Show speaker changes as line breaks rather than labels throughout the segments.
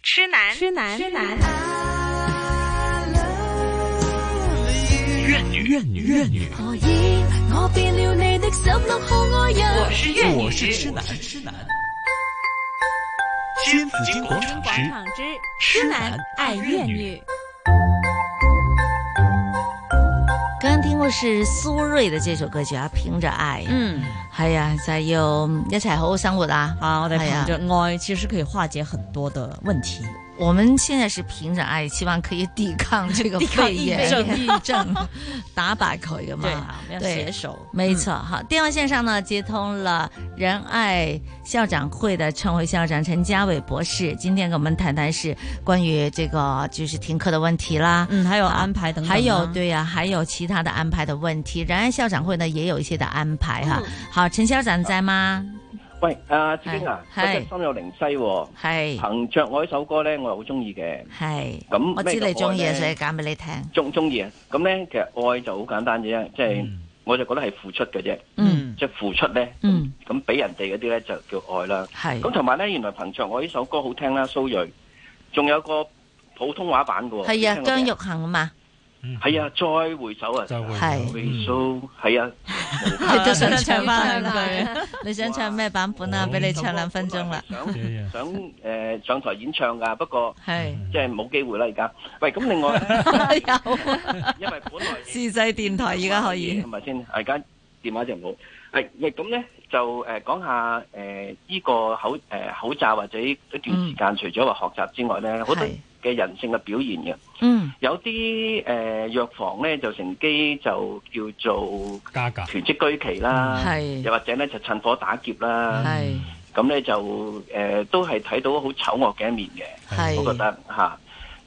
痴男，
痴男，
痴男。
怨女，怨女，怨女。
何以我變了你的十六號愛人？
我是粤女，
我是痴男，痴男。新紫金广场之
哎
广场之
痴
痴
男
男爱
怨
粤
女
女。
刚刚聽過是蘇芮的這首歌曲啊，憑着愛，
嗯，
係啊，就係要一齊好好生活啊！
啊，我哋
係啊
憑着愛其實可以化解很多的問題。
我們現在是憑着愛，希望可以抵抗這個
抵抗
肺炎、
疫症
疫症， 打敗佢噶
對
嘛
啊，我。們要嗯
對
携手。
沒錯，好，電話線上呢接通了仁愛校長會的創會校長陳家偉博士，今天跟我們談談是關於這個就是停課的問題啦，
嗯，還有安排等等啊，
還有對呀、還有其他的安排的問題。仁愛校長會呢也有一些的安排哈。
嗯
好，陳校長在嗎？
喂，阿子英啊，
係
嗰隻心有靈犀喎，
係
憑着我呢首歌咧，我係好中意嘅，
係，
咁
我知
咩
你
叫愛
中意啊，
咧
所以揀俾你聽。
中中意啊。咁咧，其實愛就好簡單嘅啫，即係
嗯
我就覺得係付出嘅啫，
嗯
嗯
即係付出咧，
嗯，
咁俾人哋嗰啲咧就叫愛啦。
係
咁同埋咧，原來憑着我呢首歌好聽啦，蘇芮，仲有個普通話版嘅喎。
係啊，
你聽過
姜
未
育恒啊嘛，
嗯
係啊，再回首啊，
再會
係
回首係啊，
你都想唱翻
兩句
兩句， 你想唱咩版本
哇
啊？俾你唱兩分鐘啦，
想
這樣
想誒上台演唱㗎，不過
係
嗯
即係冇機會啦而家。喂，咁另外 呢
啊有
因為本來
自製電台而家可以
係，咪先？而家電話就冇。係喂，咁咧就誒講下誒依個口誒口罩或者一段時間，除咗話學習之外咧，好多
係
嘅人性嘅表現嘅。
嗯
有啲誒藥房咧就乘機就叫做
加價，
囤積居奇啦，
係
又或者咧就趁火打劫啦。
係
咁咧就誒、呃都係睇到好醜惡嘅一面嘅，
係，
我覺得嚇。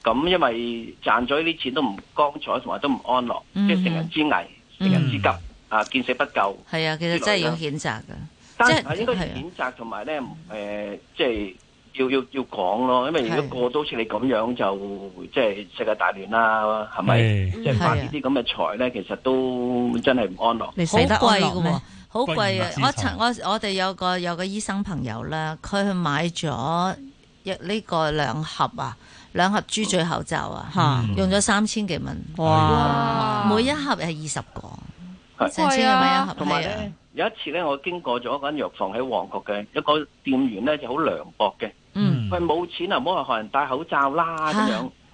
咁、因為賺咗呢啲錢都唔光彩，同埋都唔安樂，
嗯
即係成人之危、成人之急、
嗯
啊，見死不救。
係啊，其實真係要譴責噶，
但
即係
係應該要
係啊
譴責同埋咧誒，即係要要要講咯，因為如
係
果個個都好似你咁樣，就即係世界大亂啦，係咪？
哎
即係發呢啲咁嘅財咧，其實都真係唔安樂。
你
好
死
貴
得安樂
㗎
咩
喎。好貴啊
不！如
我
自殘
曾我我哋有個有個醫生朋友啦，佢去買咗一呢個兩盒啊，兩盒豬嘴口罩啊，
吓
嗯
用咗三千幾蚊，
哎
哇！
每一盒係二十個，
係
成千幾蚊一盒，
同埋
係啊
咧，，有一次咧，我經過咗一間藥房喺旺角嘅，一個店員咧就好涼薄嘅，
嗯，
喂冇錢啊，唔好話學人戴口罩啦咁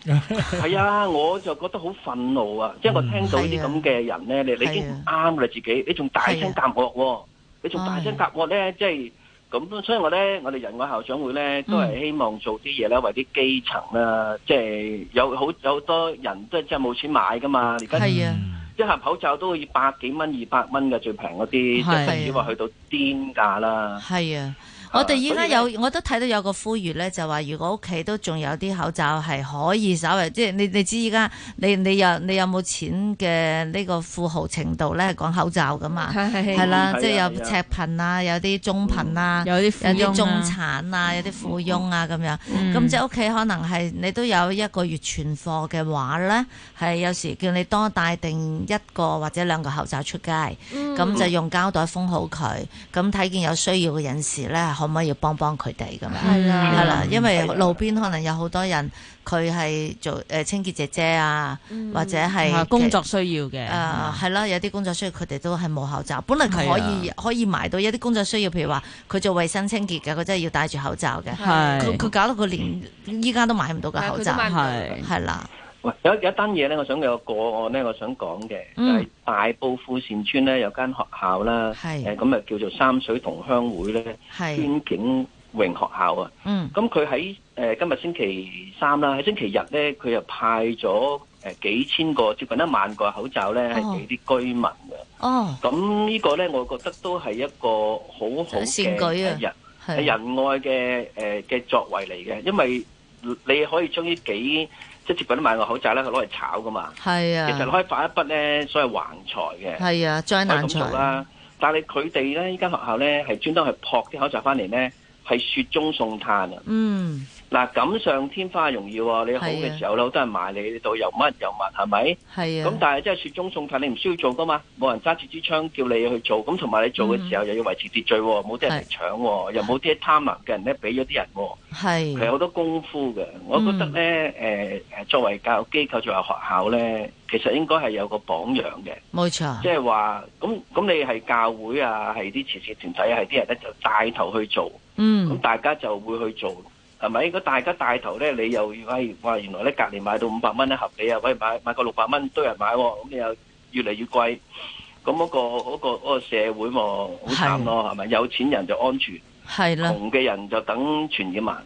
樣。係啊，我就覺得好憤怒啊！即係我聽到呢啲咁嘅人咧，你你已經唔啱㗎啦自己，你仲大聲夾惡喎，你仲大聲夾惡咧，即係咁。所以我咧，我哋仁愛校長會咧，都係希望做啲嘢咧，為啲基層啦，即係有好有好多人都真係冇錢買㗎嘛，而家。
係啊，
一盒口罩都要百幾蚊、二百蚊嘅最平嗰啲，
係
甚至話去到癲價啦。
係啊。
啊
我哋依家
所
有，我都睇到有個呼籲咧，就話如果屋企都仲有啲口罩係可以稍微，即係你你知依家你你有你有冇錢嘅呢個富豪程度咧，係講口罩噶嘛，
係
係啦
係，啊
即係有
係啊
赤貧啊，有啲中貧啊，
有啲
有
富翁
啲
啊
中產啊，有啲富翁啊咁樣。
嗯
咁即係屋企可能係你都有一個月存貨嘅話咧，係有時叫你多帶定一個或者兩個口罩出街，咁、就用膠袋封好佢。咁睇見有需要嘅人士咧，可唔可以幫幫佢哋咁
係
樣？
嗯
啦
係啦，因為
係啊
路邊可能有好多人佢係做誒清潔姐姐啊，或者係
啊工作需要嘅，
誒呃
啊
係啦，有啲工作需要佢哋都係冇口罩。本來佢
嗯係啊
可以可以埋到有啲工作需要，譬如話佢做衞生清潔嘅，佢真係要戴住口罩嘅。佢
係
佢搞到佢連依家都買唔到個口罩，
買佢都買
係
係啦，
喂，有有一單嘢咧，我想有個個案咧，我想講嘅就
嗯
係大埔富善村咧有間學校啦，
係
誒咁啊叫做三水同鄉會咧
係，
邊境榮學校啊。
嗯
咁佢喺誒今日星期三啦，喺星期日咧，佢又派咗誒幾千個接近一萬個口罩咧，
哦
係俾啲居民嘅。
哦，
咁呢個咧，我覺得都係一個好好
善
嘅
舉啊
人係
係，
仁愛嘅誒嘅作為嚟嘅，因為你可以將呢幾即係接近一萬個口罩咧，佢攞嚟炒噶嘛。
係
其實
啊，
可以發一筆咧，所謂橫財嘅，
係啊，災
可以
難
咁做
財，
啦。但係佢哋咧，依間學校咧係專登去撲啲口罩翻嚟咧，係雪中送炭啊！
嗯，
嗱錦上添花容易喎，你好
係啊
嘅時候咧，好多人埋你呢度又乜又物，係咪？
係啊，
咁但係即係雪中送炭，你唔需要做噶嘛，冇人揸住支槍叫你去做，咁同埋你做嘅時候又要維持秩序喎，冇啲人嚟搶喎，又冇啲貪婪嘅人咧俾咗啲人喎，其實
係
好多功夫嘅。我覺得咧，誒誒，作為教育機構，作為學校咧，其實應該係有個榜樣嘅，
冇錯
即，係話咁咁你係教會啊，係啲慈善團體啊，係啲人咧就帶頭去做，咁
嗯，
大家就會去做。係咪？如果大家帶頭咧，你又要喂哇，原來咧隔離買到五百蚊一盒，你啊喂買買個六百蚊都有人買喎，咁你又越嚟越貴，咁嗰、個嗰、個嗰個社會嘛好慘咯，係咪？有錢人就安全，
係啦，
窮嘅人就等傳染啊，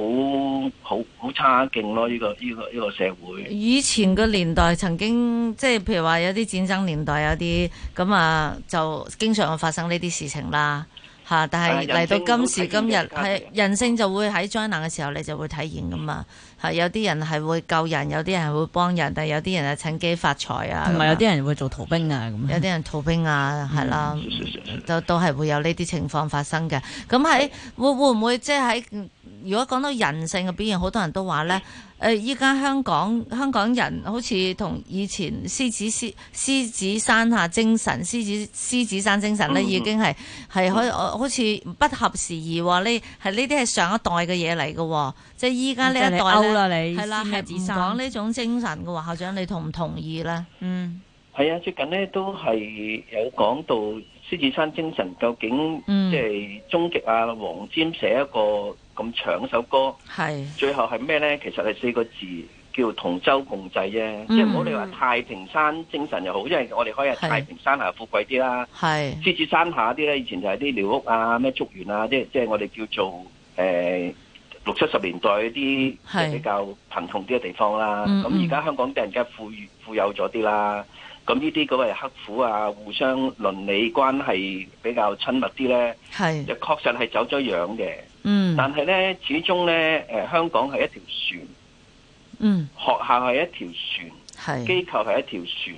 咁好好好差勁咯！呢、個呢、個呢、個社會
以前個年代曾經即係譬如話有啲戰爭年代有啲咁啊，就經常發生呢啲事情啦嚇。但係
係
嚟
啊人性
到今時今日，
好體現嘅
係人性就會喺災難嘅時候你就會體現噶嘛。係有啲人係會救人，有啲人係會幫人，但係有啲人係趁機發財啊。
同
咁
埋有
啊
啲人會做逃兵啊咁。
有啲人逃兵啊，
嗯
係啦，都都係會有呢啲情況發生嘅。咁喺會會唔會即係喺如果講到人性嘅表現，好多人都話咧，誒依家香港香港人好似同以前獅子獅獅子山下精神、獅子獅子山精神咧，
嗯嗯嗯
已經係係可好似不合時宜喎。呢係呢啲係上一代嘅嘢嚟嘅喎，即係依
啊
家呢一代
勾
咧。
啦你，
係啦，係
咩
唔
子
講
生？
呢種精神嘅話，校長你同唔同意咧？
嗯，
係啊，最近咧都係有講到獅子山精神究竟
嗯
即係終極啊，黃霑寫一個咁長首歌。
係
最後係咩呢？其實係四個字叫同舟共濟啫，
嗯
即係唔好你話太平山精神又好，因為我哋可以係
係
太平山下富貴啲啦，
係。
獅子山下啲呢，以前就係啲寮屋啊、咩竹園啊，即係即係我哋叫做誒六七十年代啲
係
比較貧窮啲嘅地方啦。
嗯
咁
嗯
而家香港啲人梗係富裕富有咗啲啦。咁呢啲嗰係刻苦啊，互相鄰里關係比較親密啲呢，
係，
就確實係走咗樣嘅。
嗯，
但係咧，始終咧，誒、香港係一條船，
嗯，
學校係一條船，
係，
機構係一條船。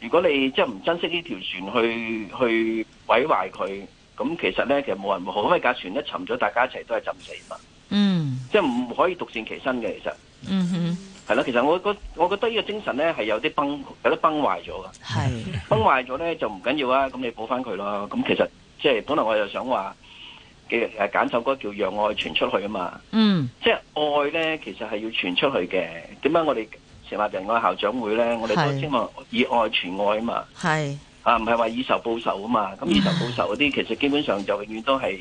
如果你即係唔珍惜呢條船去去毀壞佢，咁其實咧其實冇人會好，因為架船一沉咗，大家一齊都係浸死嘛。
嗯，
即係唔可以獨善其身嘅，其實
嗯哼，
係啦。其實我覺我覺得呢個精神咧係有啲崩有啲崩壞咗嘅。
係，
崩壞咗咧就唔緊要啊，咁你補翻佢咯。咁其實即係本來我就想話嘅誒揀首歌叫《讓愛傳出去》啊嘛。
嗯，
即係愛咧，其實係要傳出去嘅。點解我哋成立仁愛校長會咧？我哋都
係
希望以愛傳愛啊嘛，
係，
啊唔係話以仇報仇啊嘛。咁以仇報仇嗰啲，其實基本上就永遠都係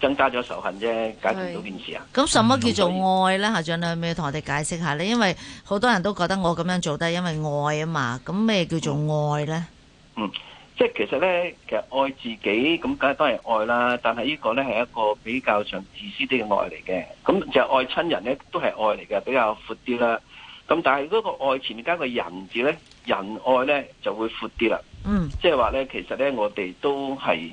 增加咗仇恨啫，解決唔到件事啊。
咁什麼叫
嗯
做愛咧？校長，你可唔可以同我哋解釋下咧？因為好多人都覺得我咁樣做都係因為愛啊嘛，咁咩叫做愛咧？
即係其實咧，其實愛自己咁，梗係當然愛啦。但係呢個咧係一個比較上自私啲嘅愛嚟嘅。咁就係愛親人咧，都係愛嚟嘅，比較闊啲啦。咁但係嗰個愛前面加個人字咧，仁愛咧就會闊啲啦。
嗯，
即係話咧，其實咧，我哋都係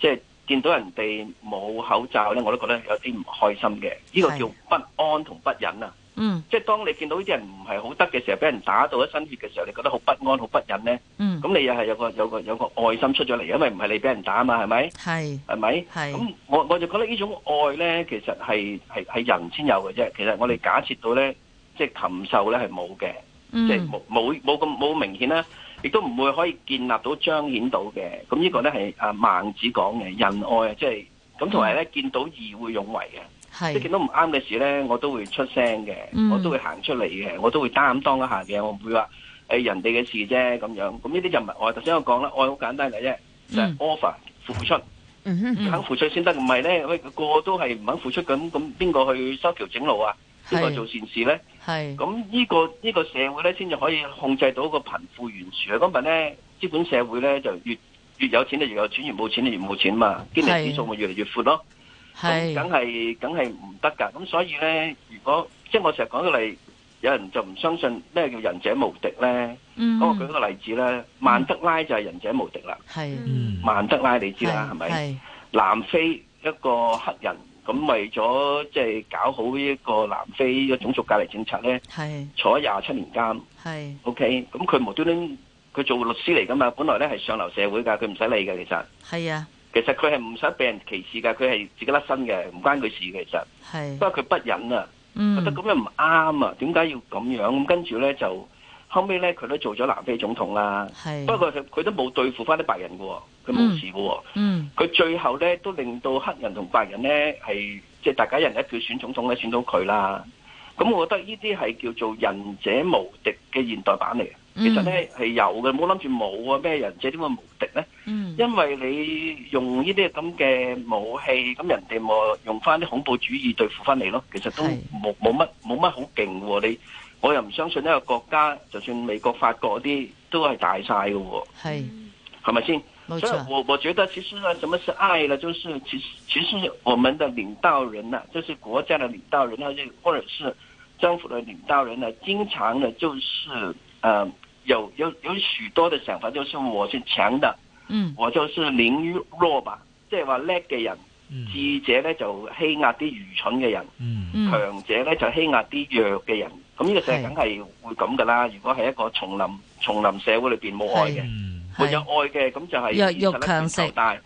即係見到人哋冇口罩咧，我都覺得有啲唔開心嘅。呢、個
係
叫不安同不忍啊！
嗯，
即係當你見到呢啲人唔係好得嘅時候，俾人打到一身血嘅時候，你覺得好不安、好不忍咧，
嗯，
咁你又係有個有個有個愛心出咗嚟，啊因為唔係你俾人打嘛，係咪？
係，
係咪？
係
咁我我就覺得呢種愛咧，其實係係係人先有嘅啫。其實我哋假設到咧，即係禽獸咧係冇嘅。即係
嗯，
冇冇冇咁冇明顯啦，亦都唔會可以建立到彰顯到嘅。咁呢個咧係啊孟子講嘅仁愛啊，即係咁同埋咧見到義會勇為嘅，即係
嗯係，
見到唔啱嘅事咧，我都會出聲嘅，
嗯
我都會行出嚟嘅，我都會擔當一下嘅，我唔會話誒人哋嘅事啫咁樣。咁呢啲就唔係愛。頭先我講啦，愛好簡單嘅啫，就係
嗯
offer 付出，
嗯哼，
嗯
肯付出先得。唔係咧，喂個個都係唔肯付出咁，咁邊個去修橋整路啊？邊個
係
做善事咧？
係，
咁呢、個呢、個社會咧，先至可以控制到個貧富懸殊啊！今日咧，資本社會咧就越越有錢就越有錢，越冇錢就越冇錢嘛，堅尼指數咪越嚟越闊咯。
係，
咁梗係梗係唔得㗎。咁所以咧，如果即係我成日講到嚟，有人就唔相信咩叫仁者無敵咧。
嗯
咁、我舉個例子咧，曼德拉就係仁者無敵啦。
係，
嗯，
曼德拉你知啦，係咪？
係，
南非一個黑人咁為咗即係搞好呢一個南非嘅種族隔離政策咧，
係，
坐咗廿七年監。
係，
OK，咁佢無端端佢做律師嚟噶嘛，本來咧係上流社會㗎，佢唔使理嘅其實，
係啊，
其實佢係唔使俾人歧視㗎，佢係自己甩身嘅，唔關佢事嘅其實，
係
不，過佢不忍啊，
嗯
覺得咁樣唔啱啊，點解要咁樣？咁跟住咧就後尾咧佢都做咗南非總統啦，
係
不過佢佢都冇對付翻啲白人嘅喎，佢冇事嘅喎。
嗯
佢最後咧都令到黑人同白人咧係即係大家一人一票選總統咧選到佢啦。咁我覺得呢啲係叫做仁者無敵嘅現代版嚟嘅。
嗯
其實咧係有嘅，冇諗住冇啊！咩仁者點會無敵咧？
嗯
因為你用呢啲咁嘅武器，咁人哋咪用翻啲恐怖主義對付翻你咯。其實都
係
冇冇乜冇乜好勁喎。你我又唔相信一個國家，就算美國、法國嗰啲都係大晒嘅喎，
係
係咪先？
冇
所以
錯，
我我觉得其实呢，什么是爱呢？就是其实其实我们的领导人呢、就是国家的领导人，或者或者是政府的领导人呢，经常呢就是呃有有有许多的想法，就是我是强的，
嗯
我就是凌於弱吧，即係話叻嘅人，
嗯
智者呢就欺壓啲愚蠢嘅人，
嗯
嗯
強者呢就欺壓啲弱嘅人。咁呢個社
係
會梗係會咁噶啦。如果係一個叢林叢林社會裏邊冇愛嘅。
嗯
會有
係
愛嘅，咁就係
弱
其實
肉
咧
強食
拳頭大，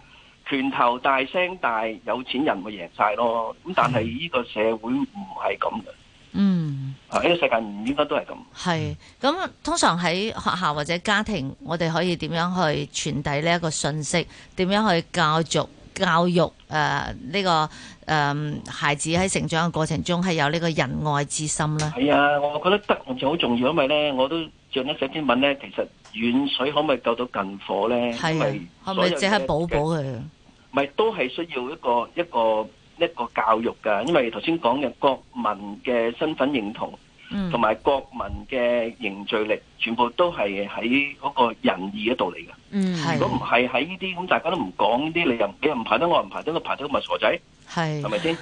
拳頭大聲大，有錢人咪贏晒咯。咁但係呢個社會唔係咁嘅，
嗯。
啊呢、個世界唔應該都係咁。
係，咁通常喺學校或者家庭，我哋可以點樣去傳遞呢一個信息？點樣去教育教育呃誒呢、個誒孩子喺成長嘅過程中係有呢個仁愛之心咧？
係啊，我覺得德行就好重要，因為咧我都最近寫篇文咧，其實遠水可唔可以救到近火咧？因
係
為
啊，可唔可以即刻補
所有嘢嘅
補佢？
咪都係需要一個一個一個教育㗎，因為頭先講嘅國民嘅身份認同。
嗯
同，埋國民嘅凝聚力，全部都係喺嗰個仁義嗰度嚟嘅。
嗯，
係
如果唔係喺呢啲咁，大家都唔講呢啲，你又你又唔排得我，唔排得我，排得我咪傻仔，係
係
咪先？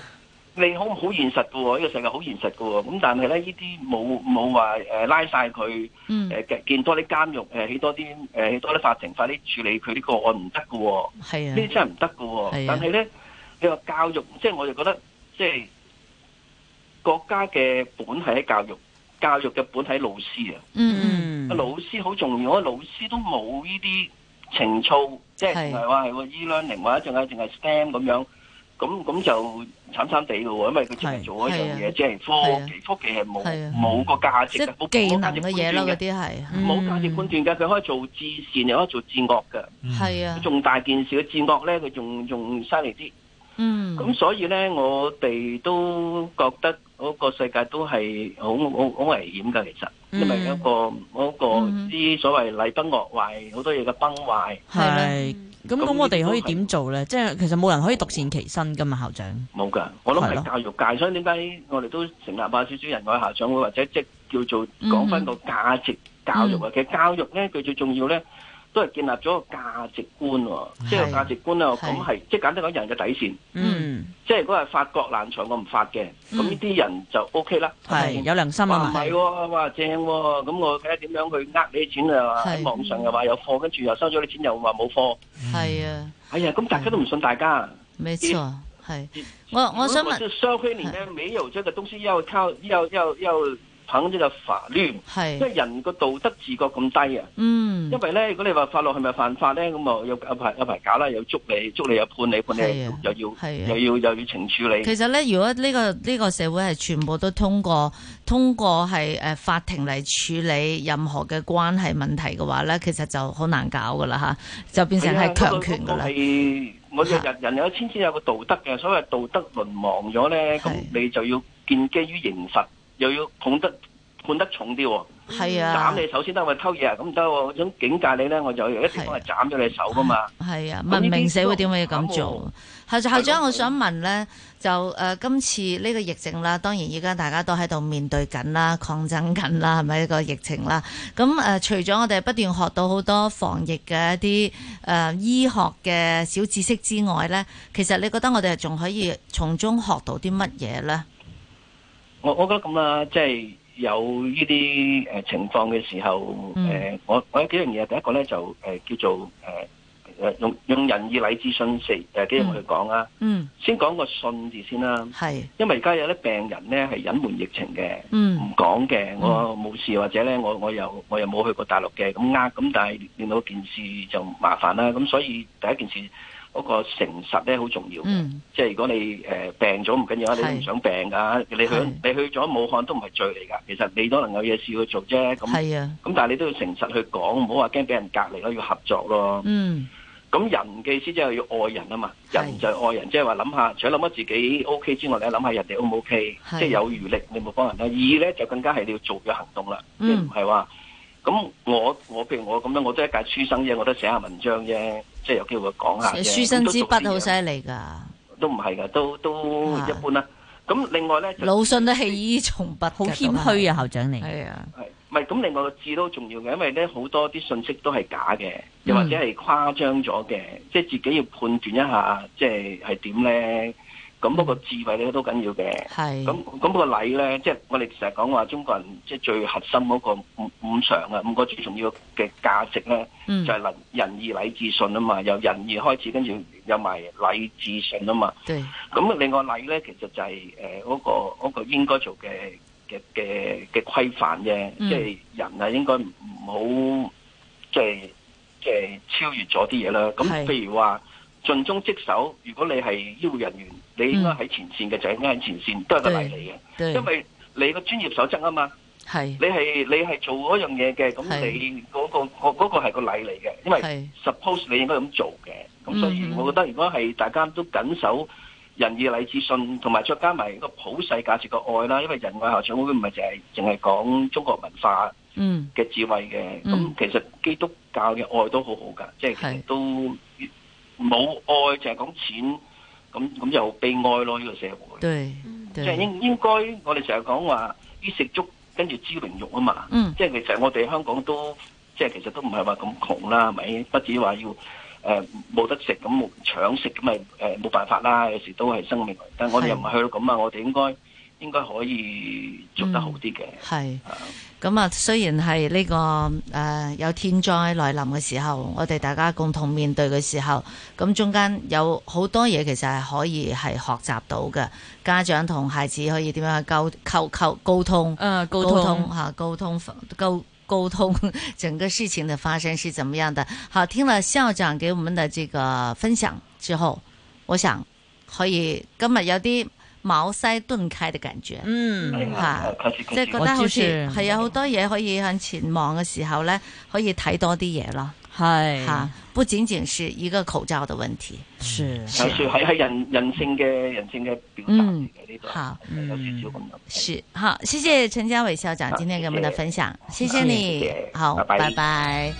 你好唔好現實嘅喎？呢、個世界好現實嘅喎。咁但係咧，呢啲冇冇話誒拉晒佢
嗯
誒嘅建多啲監獄誒，起多啲誒起多啲法庭，快啲處理佢呢個案唔得嘅喎。
係
呢啲
啊，
真係唔
係
得
啊
嘅喎。但係咧，你話教育，即係我就覺得，即係國家嘅本係喺教育，教育嘅本喺老師啊。
嗯
嗯，
老師好重要，我覺得老師都冇呢啲情操，即係
係
唔係話係喎 e-learning 或者淨係淨係 STEM 咁樣，咁咁就慘慘地嘅喎，因為佢淨係做一樣
係係啊
嘢，即係
係
科
啊
技，科技係冇
係啊
冇個價
即
值嘅，冇
係技能嘅嘢
冇
咯，
價
嗰
值
啲嗯係
判斷嘅冇價值判斷嘅，佢可以做至善，又可以做至惡嘅。
係啊，
重大件事嘅戰惡咧，佢仲仲犀利啲。
嗯，
咁所以咧，我哋都覺得嗰個世界都係好好好危險㗎，其實，
嗯
因為一個嗰個
嗯
啲所謂禮崩樂壞，好多嘢嘅崩壞，
係啦，
係咁咁，我哋可以點做咧？即係其實冇人可以獨善其身噶嘛，校長。
冇㗎。我諗
係
係教育界，所以點解我哋都成立下少少人愛校長會，或者即係叫做
嗯
講翻個價值教育啊。其實教育咧，佢最重要咧，都係建立咗個價值觀喎，即係
係
個價值觀
係
啊，咁係即係簡單講人嘅底線。
嗯，
即係如果係法國難場，我唔發嘅，咁呢啲人就 O K 啦。
係有良心啊
哇
嘛
唔。係喎，哇正喎，咁我睇下點樣去呃你啲錢啊？
係
喺網上又話有貨，跟住又收咗啲錢又話冇貨。
係啊，
哎呀，咁大家都唔信大家。
冇錯，係。我我想
如果
問，
是社會裡面沒有這個東西要靠要要要憑呢個法律，因
係，
為人個道德自覺咁低啊。
嗯
因，為咧，如果你話法律係咪犯法咧，咁啊有有排有排搞啦，又捉你，捉你又判你，判你
係啊
又要
係啊
又要又要懲處你。
其實咧，如果呢、個呢、個社會係全部都通過通過係誒法庭嚟處理任何嘅關係問題嘅話咧，其實就好難搞噶啦嚇，就變成
啊
係強權噶啦，
係我哋人人有先至有個道德嘅，所謂道德淪亡咗咧，咁
係
你就要建基於刑罰，又要判得判得重啲喎。
係啊
斬，你手先得，我偷嘢啊，咁唔得喎，我想警戒你咧，我就有一地方係斬咗你手噶嘛。
係啊，
咁
文
呢啲
明社會
都
點會咁
慘
做
喎？
校校長，
係咯
我想問咧，就誒、呃今次呢個疫症啦，當然而家大家都喺度面對緊啦、抗爭緊啦，係咪呢個疫情啦？咁誒、呃除咗我哋不斷學到好多防疫嘅一啲誒、呃、醫學嘅小知識之外咧，其實你覺得我哋仲可以從中學到啲乜嘢咧？
我我覺得咁啦，即係有呢啲誒情況嘅時候，誒、
嗯
我我有幾樣嘢，第一個咧就誒、叫做誒誒、用用仁義禮智信四誒幾樣去講啊。
嗯，
先講個信字先啦。
係，
因為而家有啲病人咧係隱瞞疫情嘅，
嗯
唔講嘅，我冇事或者咧我我又我又冇去過大陸嘅，咁呃咁，但係令到件事就麻煩啦。咁所以第一件事嗰個誠實咧好重要嘅。
嗯
即係如果你誒、呃病咗唔緊要啊，你都
係
唔想病㗎。你去
係
你去咗武漢都唔係罪嚟㗎。其實你都能夠有嘢事去做啫。咁咁，
係啊，
但係你都要誠實去講，唔好話驚俾人隔離咯，要合作咯。
嗯
咁人嘅意思即係要愛人啊嘛，
係
人就係愛人，即係話諗下，除咗諗下自己 O K 之外，你諗下人哋 O 唔 O K，
係
即係有餘力你咪幫人啦。二咧就更加係你要做嘅行動啦，即
嗯
係唔係話咁我我譬如我咁樣，我都係一介書生啫，我都寫下文章啫，即係有機會講下啫。
書生之筆好犀
咁
利㗎，
都讀啲嘢都唔係㗎，都都
啊
一般啦。咁另外咧就
魯迅都棄醫從筆，
好謙虛啊，，校長你。
係啊，
係，唔係咁？另外個字都好重要嘅，因為咧好多啲信息都係假嘅，又或者係誇張咗嘅，即係自己要判斷一下，即係係點咧？咁不過智慧咧都緊要嘅。
係
咁咁個禮咧，即係我哋成日講話中國人即係最核心嗰個五五常啊，五個最重要嘅價值咧，
嗯
就係仁仁義禮智信啊嘛，由仁義開始，跟住有埋禮智信啊嘛。
對，
咁另外禮咧，其實就係誒嗰個嗰、個應該做嘅嘅嘅嘅規範啫，
嗯
即係人啊應該唔唔好即係即係超越咗啲嘢啦。
係
咁譬如話盡忠職守，如果你係醫護人員，你應該喺前線嘅就應該喺前線，都係個禮嚟嘅，
嗯對，
因為你個專業守則啊嘛，
係
你係你係做嗰樣嘢嘅，咁
係
你嗰、個嗰、個係個禮嚟嘅，因為。
係
suppose 你應該咁做嘅，咁所以
嗯
我覺得如果係大家都緊守仁義禮智信，同埋再加埋個普世價值嘅愛啦，因為仁愛校長會唔係淨係淨係講中國文化
嗯
嘅智慧嘅，咁、
嗯
其實基督教嘅愛都好好㗎，即係其
係
實都冇愛就係講錢，咁咁就好悲哀咯呢、個社會，
對
即
對，
係應應該我哋成日講話衣食足跟住知榮辱啊嘛。
嗯
即係其實我哋香港都即係其實都唔係話咁窮啦，係咪？不止話要誒呃冇、得食咁冇搶食咁咪誒冇辦法啦，有時都係生命嚟。但我哋又唔係去到咁啊，我哋應該應該可以做得好啲嘅。
係。咁啊，雖然係呢、個誒、呃有天災來臨嘅時候，我哋大家共同面對嘅時候，咁中間有好多嘢其實係可以係學習到嘅。家長同孩子可以點樣去溝溝溝溝通，
嗯，溝
溝通嚇溝通溝溝通 整個事情的發生是怎麼樣的。好，聽了校長給我們的這個分享之後，我想可以今日有啲茅塞頓開的感覺。
嗯，
係
嚇
啊，開始
即係覺
開
得
始。
好似
我知嗯是
係有啊好多嘢可以向前望嘅時候咧，可以睇多啲嘢咯
係
嚇，不僅僅是一個口罩的問題。
是
有時喺喺人人性嘅人性嘅表達嚟嘅呢度
好，
有
嗯
少少咁樣。
是好，謝謝陳家偉校長今天給我們的分享，謝謝
謝謝
你
謝，謝
好，
拜拜
拜拜